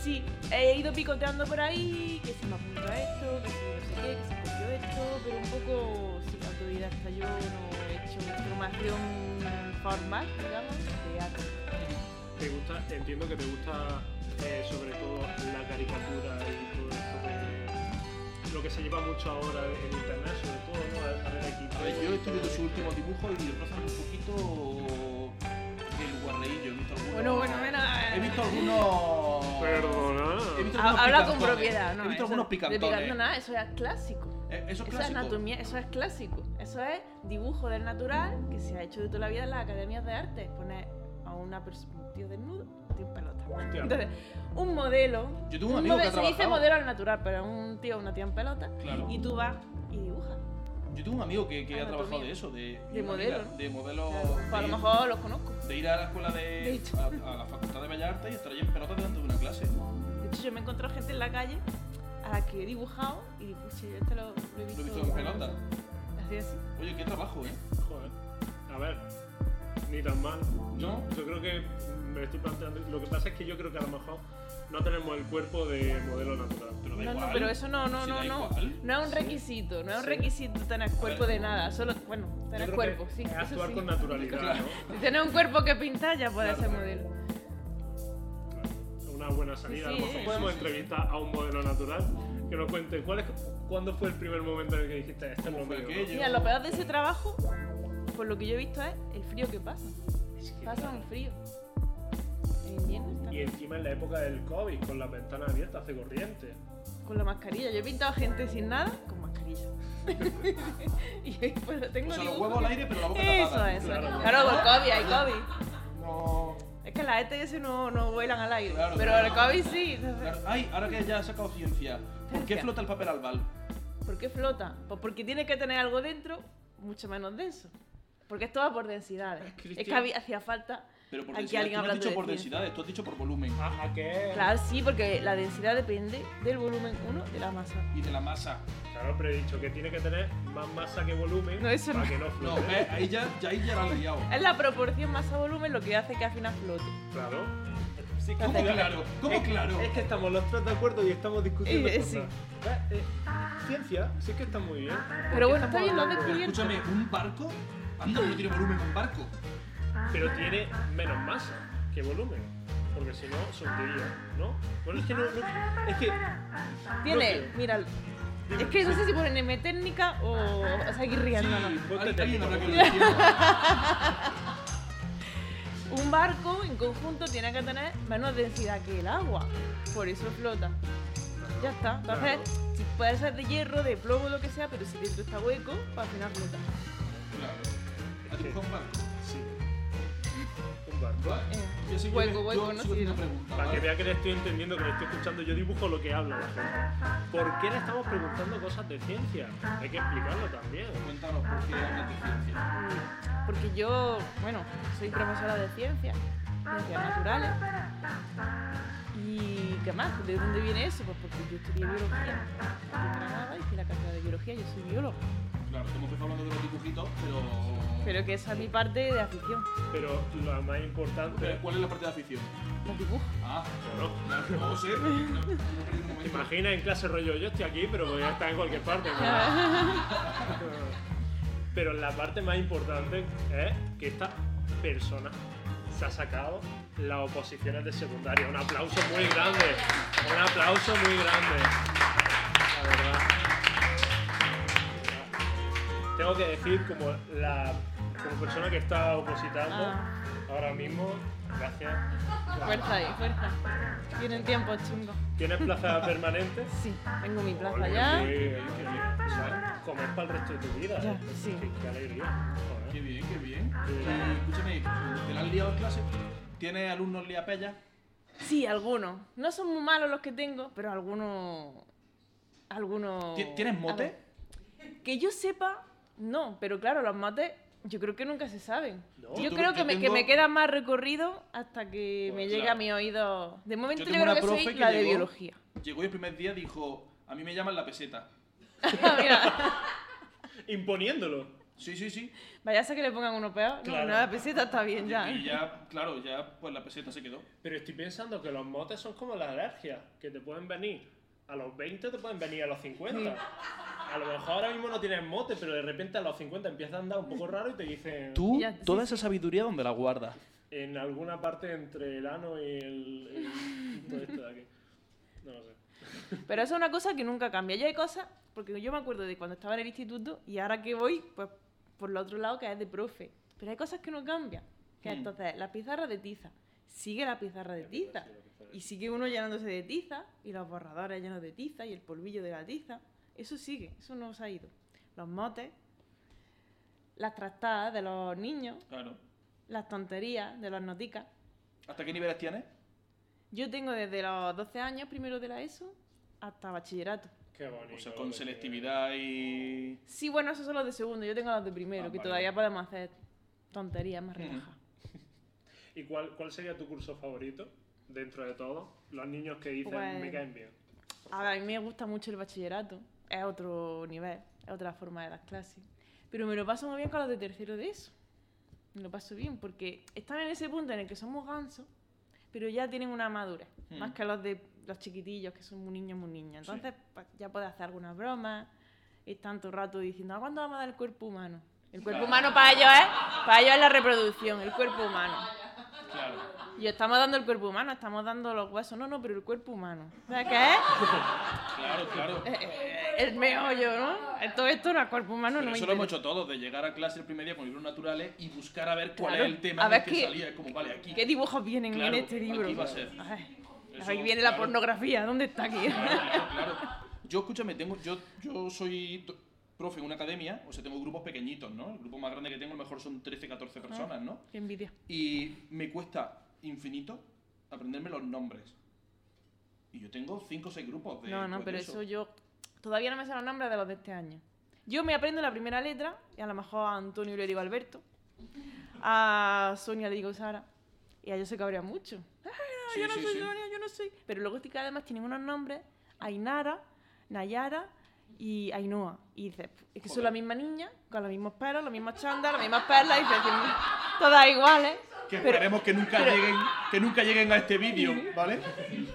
Sí, he ido picoteando por ahí, que se me apunta esto, que si no sé qué, que se copió esto, pero un poco sí, autodidacta. Yo no he hecho formación formal, digamos, de arte.
Te gusta, entiendo que te gusta eh, sobre todo la caricatura y todo esto de lo que se lleva mucho ahora en internet, sobre todo, ¿no? A a ver aquí.
A ver, yo estoy viendo su último dibujo y rozan un poquito el guarreillo. He visto algunos.
Bueno, bueno, bueno.
He visto algunos. He
Perdona.
visto algunos
Ha- Habla con
picantones.
propiedad, ¿no?
He visto
eso-
algunos
de
picantones.
picantón nada, eso es clásico.
Eh, Eso es
Eso es
clásico.
anatomía, eso es clásico. Eso es dibujo del natural que se ha hecho de toda la vida en las academias de arte. Poner a una persona, un tío desnudo, un tío en pelota.
Hostia.
Entonces, un modelo.
Yo tuve un amigo que
modelo-
ha
Se dice
trabajado-
modelo al natural, pero un tío o una tía en pelota.
Claro.
Y tú vas y dibujas.
Yo tengo un amigo que, que ha
Anatomía.
trabajado de eso, de,
Ah, De
una
modelo,
amiga,
¿no?
de modelo.
Pues a
de
lo
ir-
mejor los conozco.
De ir a la escuela
De
de.
hecho.
A, a la facultad de Bellas Artes y estar allí en pelotas delante de una clase.
De hecho, yo me he encontrado gente en la calle a la que he dibujado y digo, "Pucha, yo este lo,
Lo
lo he visto.
he visto en pelotas.
Así así.
Oye, qué trabajo, ¿eh?
Joder. A ver, ni tan mal.
¿No?
Yo creo que me lo estoy planteando. Lo que pasa es que yo creo que a lo mejor no tenemos el cuerpo de modelo natural.
Pero da
No,
igual.
no, pero eso no, no,
Si
no,
da
no.
igual.
No es un requisito, no es un
Sí.
requisito tener cuerpo de nada, solo, bueno,
Yo
tener
creo
cuerpo,
que
sí.
es
eso
actuar
sí.
con naturalidad,
Claro.
¿no?
Si tienes un cuerpo que pintar, ya puedes
Claro.
ser modelo.
Claro. Una buena salida. a lo
Sí,
mejor
sí,
podemos
sí, sí.
entrevistar a un modelo natural que nos cuente cuál es, cuándo fue el primer momento en el que dijiste esto es lo
¿Cómo fue
mío", ¿no?
aquello?
Mira, lo peor de ese trabajo, por lo que yo he visto, es el frío que pasa.
Es que
Pasa un frío. En invierno está
Y encima en la época del COVID, con las ventanas abiertas, hace corriente.
con la mascarilla. Yo he pintado gente sin nada con mascarilla. [laughs] y pues lo tengo
O sea, los
dibujo.
huevos al aire, pero la boca
Eso,
tapada.
eso.
Claro.
Claro, por COVID, hay COVID.
No.
Es que las ETS no, no vuelan al aire,
Claro,
pero
claro.
el COVID sí. entonces-
Claro. Ay, ahora que ya has sacado ciencia, ¿por qué
Ciencia.
flota el papel albal?
¿Por qué flota? Pues porque tiene que tener algo dentro mucho menos denso. Porque esto va por
[laughs]
densidades. Es que
Cristian.
había- hacía falta.
Pero por
Aquí
densidad, tú
alguien
no has
hablando
dicho
de
por
ciencia.
densidades, tú has dicho por volumen
Ajá, ¿qué?
Claro, sí, porque la densidad depende del volumen 1 de la masa.
y de la masa.
Claro, pero he dicho que tiene que tener más masa que volumen
No, eso
para
no.
que no
No,
flote.
eh, ahí ya, ya, ahí ya la has liado.
[laughs] Es la proporción masa-volumen lo que hace que al final flote.
Claro.
¿Cómo claro? ¿Cómo
es,
claro?
Es que estamos los tres de acuerdo y estamos discutiendo.
Eh, eh,
cosas. Eh, eh, ciencia, sí que está muy bien.
Pero bueno, está bien, lo has
Pero
Pero
descubierto.
escúchame, ¿un barco? Anda, no tiene volumen un barco.
Pero tiene menos masa que volumen. Porque si no, se hundiría, ¿no? Bueno, es que no. no- es que.
Tiene,
creo.
mira, es que no sé si ponen M técnica o, o seguir
Sí,
riendo. ¿no?
al- alguien habrá que
[laughs]
lo entienda.
Un barco en conjunto tiene que tener menos densidad que el agua, por eso flota. Ya está. Entonces, si puede ser de hierro, de plomo, lo que sea, pero si dentro está hueco, para al final flota.
Claro. ¿Has dibujado un barco?
Sí. Un barco.
¿Vale?
Eh,
Yo sigo-
hueco, hueco,
yo sigo
no Sí,
haciendo
no.
preguntas,
Para que
¿vale?
vea que le estoy entendiendo, que le estoy escuchando, yo dibujo lo que habla la gente. ¿Por qué le estamos preguntando cosas de ciencia? Hay que explicarlo también.
Cuéntanos por qué hablas de ciencia.
Mm, Porque yo, bueno, soy profesora de ciencias, ciencias naturales. ¿Y qué más? ¿De dónde viene eso? Pues porque yo estudié biología en Granada, hice la carrera de biología, yo soy biólogo.
Claro, hemos empezado hablando de los dibujitos, pero...
Pero que esa es mi parte de afición,
Pero lo más importante.
¿Cuál es la parte de afición?
los dibujos.
Ah,
Bueno,
claro, no sé. No, no, no, no,
¿Te
no, no.
imaginas en clase rollo? Yo estoy aquí, pero podría estar en cualquier parte. ¿no? pero la parte más importante es que esta persona se ha sacado las oposiciones de secundaria. Un aplauso muy grande. Un aplauso muy grande. La verdad. Tengo que decir, como, la, como persona que está opositando
Ah.
ahora mismo, gracias.
Fuerza ahí, fuerza. Tienen tiempo chungo.
¿Tienes plaza permanente?
Sí, tengo mi plaza
Ole,
ya.
muy bien, muy bien. O sea, comer para el resto de tu vida.
Ya,
¿eh?
sí.
Qué, qué alegría. Joder.
Qué bien, qué bien.
Eh,
Escúchame, ¿te la han liado en clase? ¿Tienes alumnos liapellas?
Sí, algunos. No son muy malos los que tengo, pero algunos. Algunos.
¿Ti- ¿Tienes mote?
A ver, Que yo sepa, no, pero claro, los motes yo creo que nunca se saben.
No.
yo
Yo
creo
tu-
que,
yo
me, que
tengo-
me queda más recorrido hasta que
Pues
me llegue
claro.
a mi oído. De momento
Yo
yo,
tengo
creo
una
que soy
profe que
la de
llegó-
biología. [laughs]
Llegó y el primer día dijo, a mí me llaman la peseta.
Mira,
Imponiéndolo.
Sí, sí, sí.
vaya a ser que le pongan uno peor. No,
Claro.
no, la peseta está bien ya.
Y ya, claro, ya pues la peseta se quedó.
Pero estoy pensando que los motes son como las alergias, que te pueden venir a los 20, te pueden venir a los 50. A lo mejor ahora mismo no tienes mote, pero de repente a los 50 empiezas a andar un poco raro y te dicen
Tú,
Ya, sí,
toda esa sabiduría, ¿dónde la guardas?
en
[laughs]
alguna parte entre el ano y el... y todo esto de aquí. este No lo sé.
Pero eso es una cosa que nunca cambia. Yo hay cosas, porque yo me acuerdo de cuando estaba en el instituto y ahora que voy, pues por el otro lado que es de profe. Pero hay cosas que no cambian. Que
Hmm.
entonces, la pizarra de tiza. Sigue la pizarra de tiza. Y sigue uno llenándose de tiza, y los borradores llenos de tiza, y el polvillo de la tiza. Eso sigue, eso no se ha ido. Los motes, las trastadas de los niños,
Claro.
las tonterías de las noticas.
¿Hasta qué niveles tienes?
Yo tengo desde los 12 años, primero de la ESO, hasta bachillerato.
Qué bonito.
O sea, con selectividad y...
Sí, bueno, esos son los de segundo, yo tengo los de primero,
Ah,
que
vale. Mm.
todavía podemos hacer tonterías más
Ujú.
relajadas.
¿Y cuál, cuál sería tu curso favorito dentro de todo? Los niños que dicen
Pues-
me caen bien.
A ver, a mí me gusta mucho el bachillerato. Es otro nivel, es otra forma de dar clases. Pero me lo paso muy bien con los de tercero de eso. Me lo paso bien porque están en ese punto en el que somos gansos, pero ya tienen una madurez.
Mm.
Más que los de los chiquitillos, que son muy niños, muy niños.
Sí.
Entonces pues, ya puedes hacer algunas bromas. Están todo el rato diciendo, ¿a cuándo vamos a dar el cuerpo humano? El cuerpo humano para ellos es, para ellos es la reproducción, el cuerpo humano.
Claro.
Y estamos dando el cuerpo humano, estamos dando los huesos. No, no, pero el cuerpo humano. ¿Sabes qué es?
Claro, claro.
Eh, eh, el meollo, ¿no? Eh, Todo esto no es cuerpo humano,
Pero
no me
eso lo hemos
interesa.
hecho todos, de llegar a clase el primer día con libros naturales y buscar a ver cuál
Claro.
es el tema
A
en el
ver
que
qué-
salía. Es como, vale, aquí.
¿Qué dibujos vienen
Claro,
en este libro?
aquí va a ser.
Ay,
Eso,
ahí viene la
claro.
pornografía, ¿dónde está aquí?
Claro, claro. Yo, escúchame, tengo, yo, yo soy to- profe en una academia, o sea, tengo grupos pequeñitos, ¿no? El grupo más grande que tengo a lo mejor son 13,
Ah.
14 personas, ¿no?
[laughs] Qué envidia.
Y me cuesta infinito aprenderme los nombres. Y yo tengo 5 o 6 grupos de.
No, no,
pues,
pero
de
eso yo todavía no me sé los nombres de los de este año. Yo me aprendo la primera letra, y a lo mejor a Antonio le digo Alberto, a Sonia le digo Sara, y a ellos se cabrea mucho.
Sí,
yo no
sí,
soy
sí.
Sonia, yo no soy. Pero luego es que además tienen unos nombres, Ainara, Nayara y Ainhoa. Y dices, "Pf, es que son
Joder.
la misma niña, con los mismos pelos, los mismos chandas, las mismas perlas, y dices, "Tienen [laughs] todas iguales.
Que
Pero,
esperemos que nunca, lleguen, que nunca lleguen a este vídeo,
[laughs]
¿vale?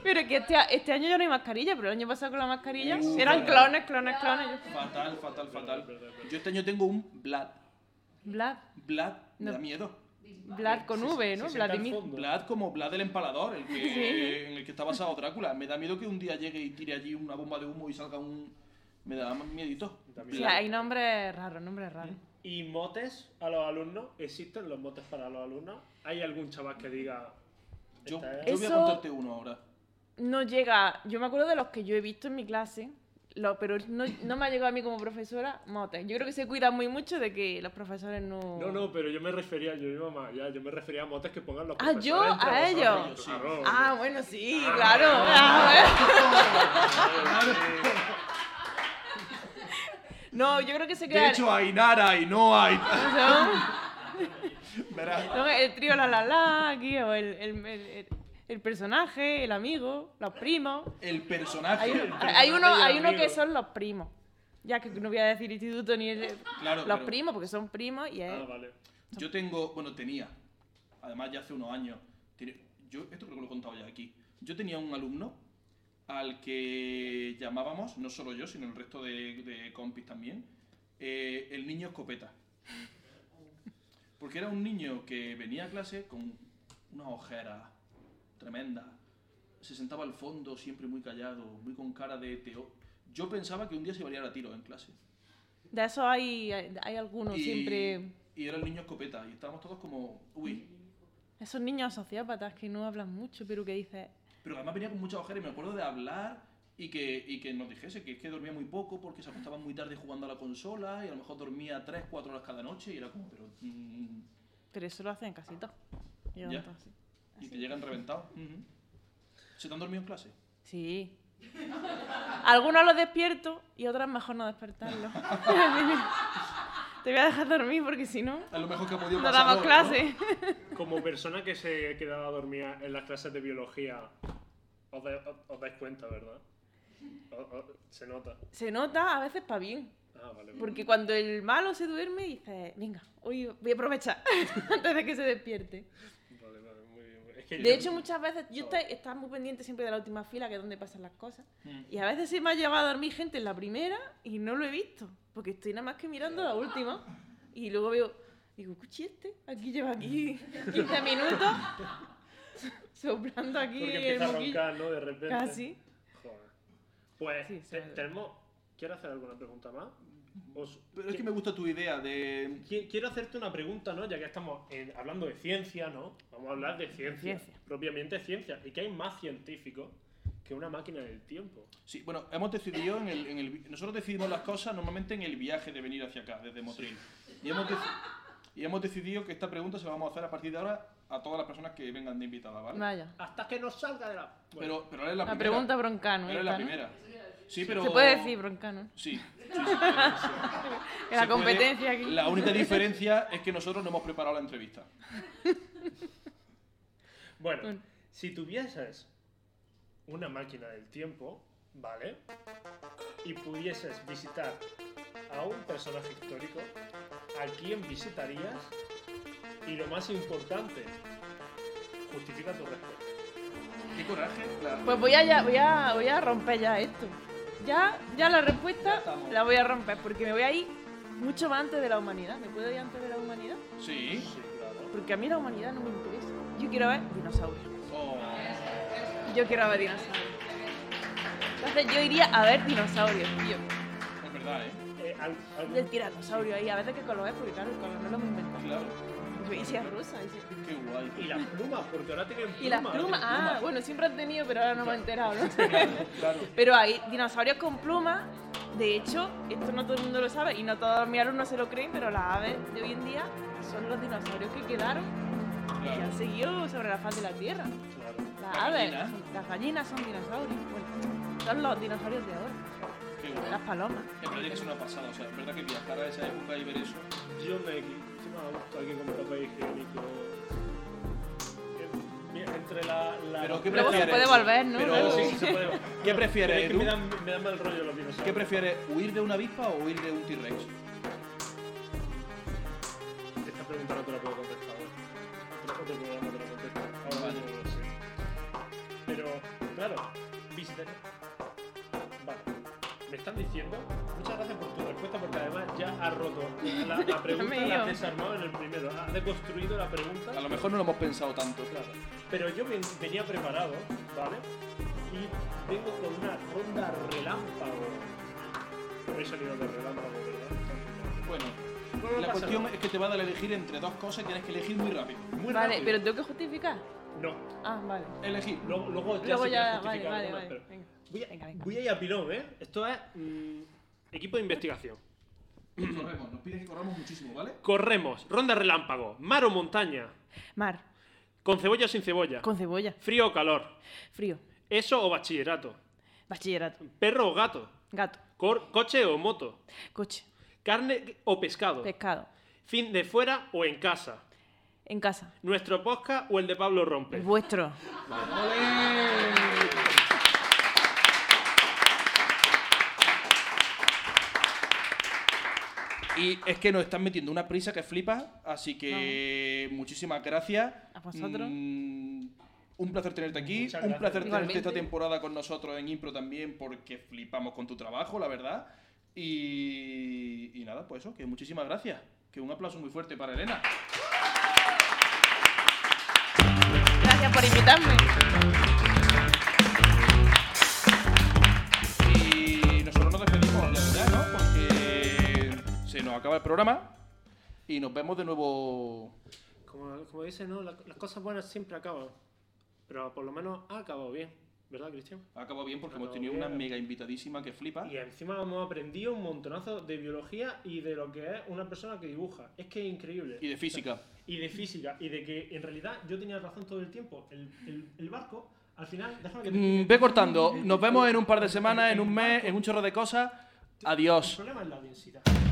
pero que este, a- este año ya no hay mascarilla, pero el año pasado con la mascarilla
Uh,
eran
verdad.
clones, clones, clones. Yo,
fatal, fatal,
Verdad,
fatal.
verdad, verdad.
Yo este año tengo un Vlad.
Vlad,
Vlad me
No.
da miedo.
Vlad con V, ¿no?
Se sienta al
Vladimir.
fondo.
Vlad como Vlad el empalador, el que, en el que está basado Drácula. Me da miedo que un día llegue y tire allí una bomba de humo y salga un... Me da miedito.
Da miedo.
Sí,
Vlad.
hay nombres raros, nombres raros.
¿Y motes a los alumnos? ¿Existen los motes para los alumnos? ¿Hay algún chaval que diga...
Yo,
"Esta es"?
yo voy a
Eso-
contarte uno ahora.
No llega, yo me acuerdo de los que yo he visto en mi clase, lo- pero no, no me ha llegado a mí como profesora motes. Yo creo que se cuida muy mucho de que los profesores no...
No, no, pero yo me refería, yo mi mamá, ya, yo me refería a motes que pongan los
Ah, ¿yo?
profesores entre
¿A
vosotros,
ellos?
claro.
Ah, bueno, sí, claro. [laughs] Ah, bueno. No, yo creo que se queda...
De hecho, Ainara, y no hay.
¿no?
Verás.
No, el trío la la la, aquí, o el, el- el- el- el personaje, el amigo, los primos.
El
Hay,
personaje...
hay uno,
y el
hay uno que
amigo.
son los primos. Ya que no voy a decir instituto ni... el-
Claro,
los
pero-
primos, porque son primos y es...
Ah, vale.
Yo tengo, bueno, tenía, además ya hace unos años, tiene- yo esto creo que lo he contado ya aquí. Yo tenía un alumno al que llamábamos, no solo yo, sino el resto de, de compis también, eh, el niño escopeta. Porque era un niño que venía a clase con una ojera tremenda. Se sentaba al fondo, siempre muy callado, muy con cara de teo. Yo pensaba que un día se iba a liar a tiros en clase.
De eso hay, hay, hay algunos
y,
siempre.
y era el niño escopeta. Y estábamos todos como, uy,
Esos niños sociópatas que no hablan mucho, pero que dices.
Pero además venía con muchas ojeras y me acuerdo de hablar y que, y que nos dijese que es que dormía muy poco porque se acostaba muy tarde jugando a la consola y a lo mejor dormía 3, 4 horas cada noche y era como, pero... mm,
Pero eso lo hacen casi todos. Yo
Ya.
entonces.
y te llegan reventados. Ujú. ¿Se te han dormido en clase?
Sí. Algunos los despierto y otras mejor no despertarlos. [laughs] Te voy a dejar dormir porque si no,
A lo mejor que ha podido
no
pasar
damos
hoy,
clase.
Como persona que se quedaba dormida en las clases de biología, os, da- os- os dais cuenta, ¿verdad? O- o- se nota.
Se nota a veces para bien.
Ah, vale. vale.
Porque cuando el malo se duerme, dices, venga, hoy voy a aprovechar [laughs] antes de que se despierte.
Vale, vale, muy bien. muy bien. Es que yo-
De hecho, muchas veces yo estoy, estaba muy pendiente siempre de la última fila, que es donde pasan las cosas.
¿no? Mm.
Y a veces se me ha llevado a dormir gente en la primera y no lo he visto, porque estoy nada más que mirando la última. Y luego veo, digo, escuchi este, aquí lleva aquí 15 minutos [laughs] soplando aquí
Porque
el
empieza a
moquillo.
roncar, ¿no? De repente.
Casi.
Joder. Pues,
Sí, sí,
te-
vale.
tenemos. ¿Quieres hacer alguna pregunta más? Os-
Pero es que me gusta tu idea de.
qui- Quiero hacerte una pregunta, ¿no? Ya que estamos eh, hablando de ciencia, ¿no? Vamos a hablar de ciencia,
Ciencia.
propiamente ciencia. Y que hay más científicos que una máquina del tiempo.
Sí, bueno, hemos decidido en el, en el vi- Nosotros decidimos las cosas normalmente en el viaje de venir hacia acá, desde Motril. Y, hemos deci- y hemos decidido que esta pregunta se la vamos a hacer a partir de ahora a todas las personas que vengan de invitada, ¿vale?
Vaya.
Hasta que nos salga de la. Bueno,
Pero, pero ahora es la,
La
primera.
pregunta broncano.
Ahora es la
esta, ¿no?
primera. Sí, pero...
Se puede decir broncano.
Sí. sí,
Que la
se puede.
competencia aquí.
La única diferencia es que nosotros no hemos preparado la entrevista.
bueno,
Bueno.
si tuvieses una máquina del tiempo, ¿vale? Y pudieses visitar a un personaje histórico, ¿a quién visitarías? Y lo más importante, justifica tu respuesta.
Qué coraje. la-
Pues voy a, ya- voy, a, voy a romper ya esto. Ya, ya la
Ya
respuesta
estamos.
la voy a romper porque me voy a ir mucho más antes de la humanidad. ¿Me puedo ir antes de la humanidad?
Sí.
Sí, claro.
Porque a mí la humanidad no me interesa. Yo quiero ver dinosaurios.
Oh.
Yo quiero ver dinosaurios. Entonces yo iría a ver dinosaurios, tío.
Es verdad, ¿eh?
Eh, al- algún-
Del tiranosaurio ahí, a ver de qué color es, porque claro, el color no lo hemos inventado.
Claro.
Yo decía rusa. y si-
Qué guay.
Y las plumas, porque ahora tienen plumas.
Y las plumas,
ahora
ah, bueno, siempre han tenido, pero ahora no me he
[laughs]
enterado, ¿no?
Claro, claro.
Pero hay dinosaurios con plumas. De hecho, esto no todo el mundo lo sabe y no todos mis alumnos se lo creen, pero las aves de hoy en día son los dinosaurios que quedaron y
claro.
han seguido sobre la faz de la Tierra.
tienen- claro.
Las
Las
aves,
gallinas.
son- las gallinas son dinosaurios. Bueno, son los dinosaurios de ahora,
Qué guay.
las palomas.
En verdad que es una pasada, o sea, es verdad que viajar a esa época y ver eso.
ah.
Yo me encima me gusta que con papel higiénico. Eh, mira, Entre la. la
Pero ¿qué
Luego se
prefieres?
puede volver, ¿no?
Pero-
Pero sí, se puede.
¿Qué
No,
prefieres,
pero es que
tú?
Me dan, me dan mal rollo los dinosaurios.
¿Qué prefieres, huir de una avispa o huir de un T-Rex?
Esta pregunta no te la puedo contestar. ¿eh? Otro- Otro programa te la contesto. Ahora
Ah, Vale.
mismo no lo sé. Pero, claro, visitaré. Vale. Me están diciendo. Muchas gracias por tu respuesta, porque además ya has roto
[laughs]
la, la pregunta,
Me
la
dio.
has desarmado en el primero. Has deconstruido la pregunta.
A lo mejor no lo hemos pensado tanto.
Claro. Pero yo ven- venía preparado, ¿vale? Y vengo con una ronda relámpago. No he salido de relámpago, ¿verdad?
Bueno,
Bueno,
la
pasa
cuestión
nada.
es que te va a dar a elegir entre dos cosas y tienes que elegir muy rápido.
Muy
Vale,
rápido.
pero tengo que justificar.
No,
Ah, vale.
Elegir.
luego, luego ya,
Luego
sí
ya,
que
vale,
justificar
vale,
algo más,
vale.
pero-
Venga,
Voy a,
venga, venga.
voy a ir a pilón, ¿eh? Esto es mm, equipo de investigación.
Corremos, nos piden que corramos muchísimo, ¿vale?
Corremos, ronda relámpago, mar o montaña,
Mar,
con cebolla o sin cebolla,
con cebolla,
frío o calor,
frío,
eso o bachillerato,
bachillerato,
perro o gato,
gato,
cor- coche o moto,
coche,
carne o pescado,
pescado,
fin de fuera o en casa.
en casa,
¿Nuestro podcast o el de Pablo Rompe?
el vuestro.
Y es que nos están metiendo una prisa que flipa, así que muchísimas gracias.
A vosotros.
Mm, un placer tenerte aquí,
Muchas
un
gracias.
placer tenerte
Igualmente.
esta temporada con nosotros en Impro también, porque flipamos con tu trabajo, la verdad. Y, y nada, pues eso, que muchísimas gracias. Que un aplauso muy fuerte para Elena.
Gracias por invitarme.
Y nosotros nos despedimos ya, ya, ¿no? Porque se nos acaba el programa y nos vemos de nuevo.
Como, como dice, ¿no? La- las cosas buenas siempre acaban. Pero por lo menos ha acabado bien, ¿verdad, Cristian?
Ha acabado bien porque
Ha
hemos
acabado
tenido una
bien.
mega invitadísima que flipa.
Y encima hemos aprendido un montonazo de biología y de lo que es una persona que dibuja. Es que es increíble.
Y de física.
Y de física. Y de que en realidad yo tenía razón todo el tiempo. El, el- el barco, al final, déjame que te explique.
Mm, ve cortando. Nos vemos en un par de semanas, en un mes, en un chorro de cosas.
El
Adiós.
problema es la densidad.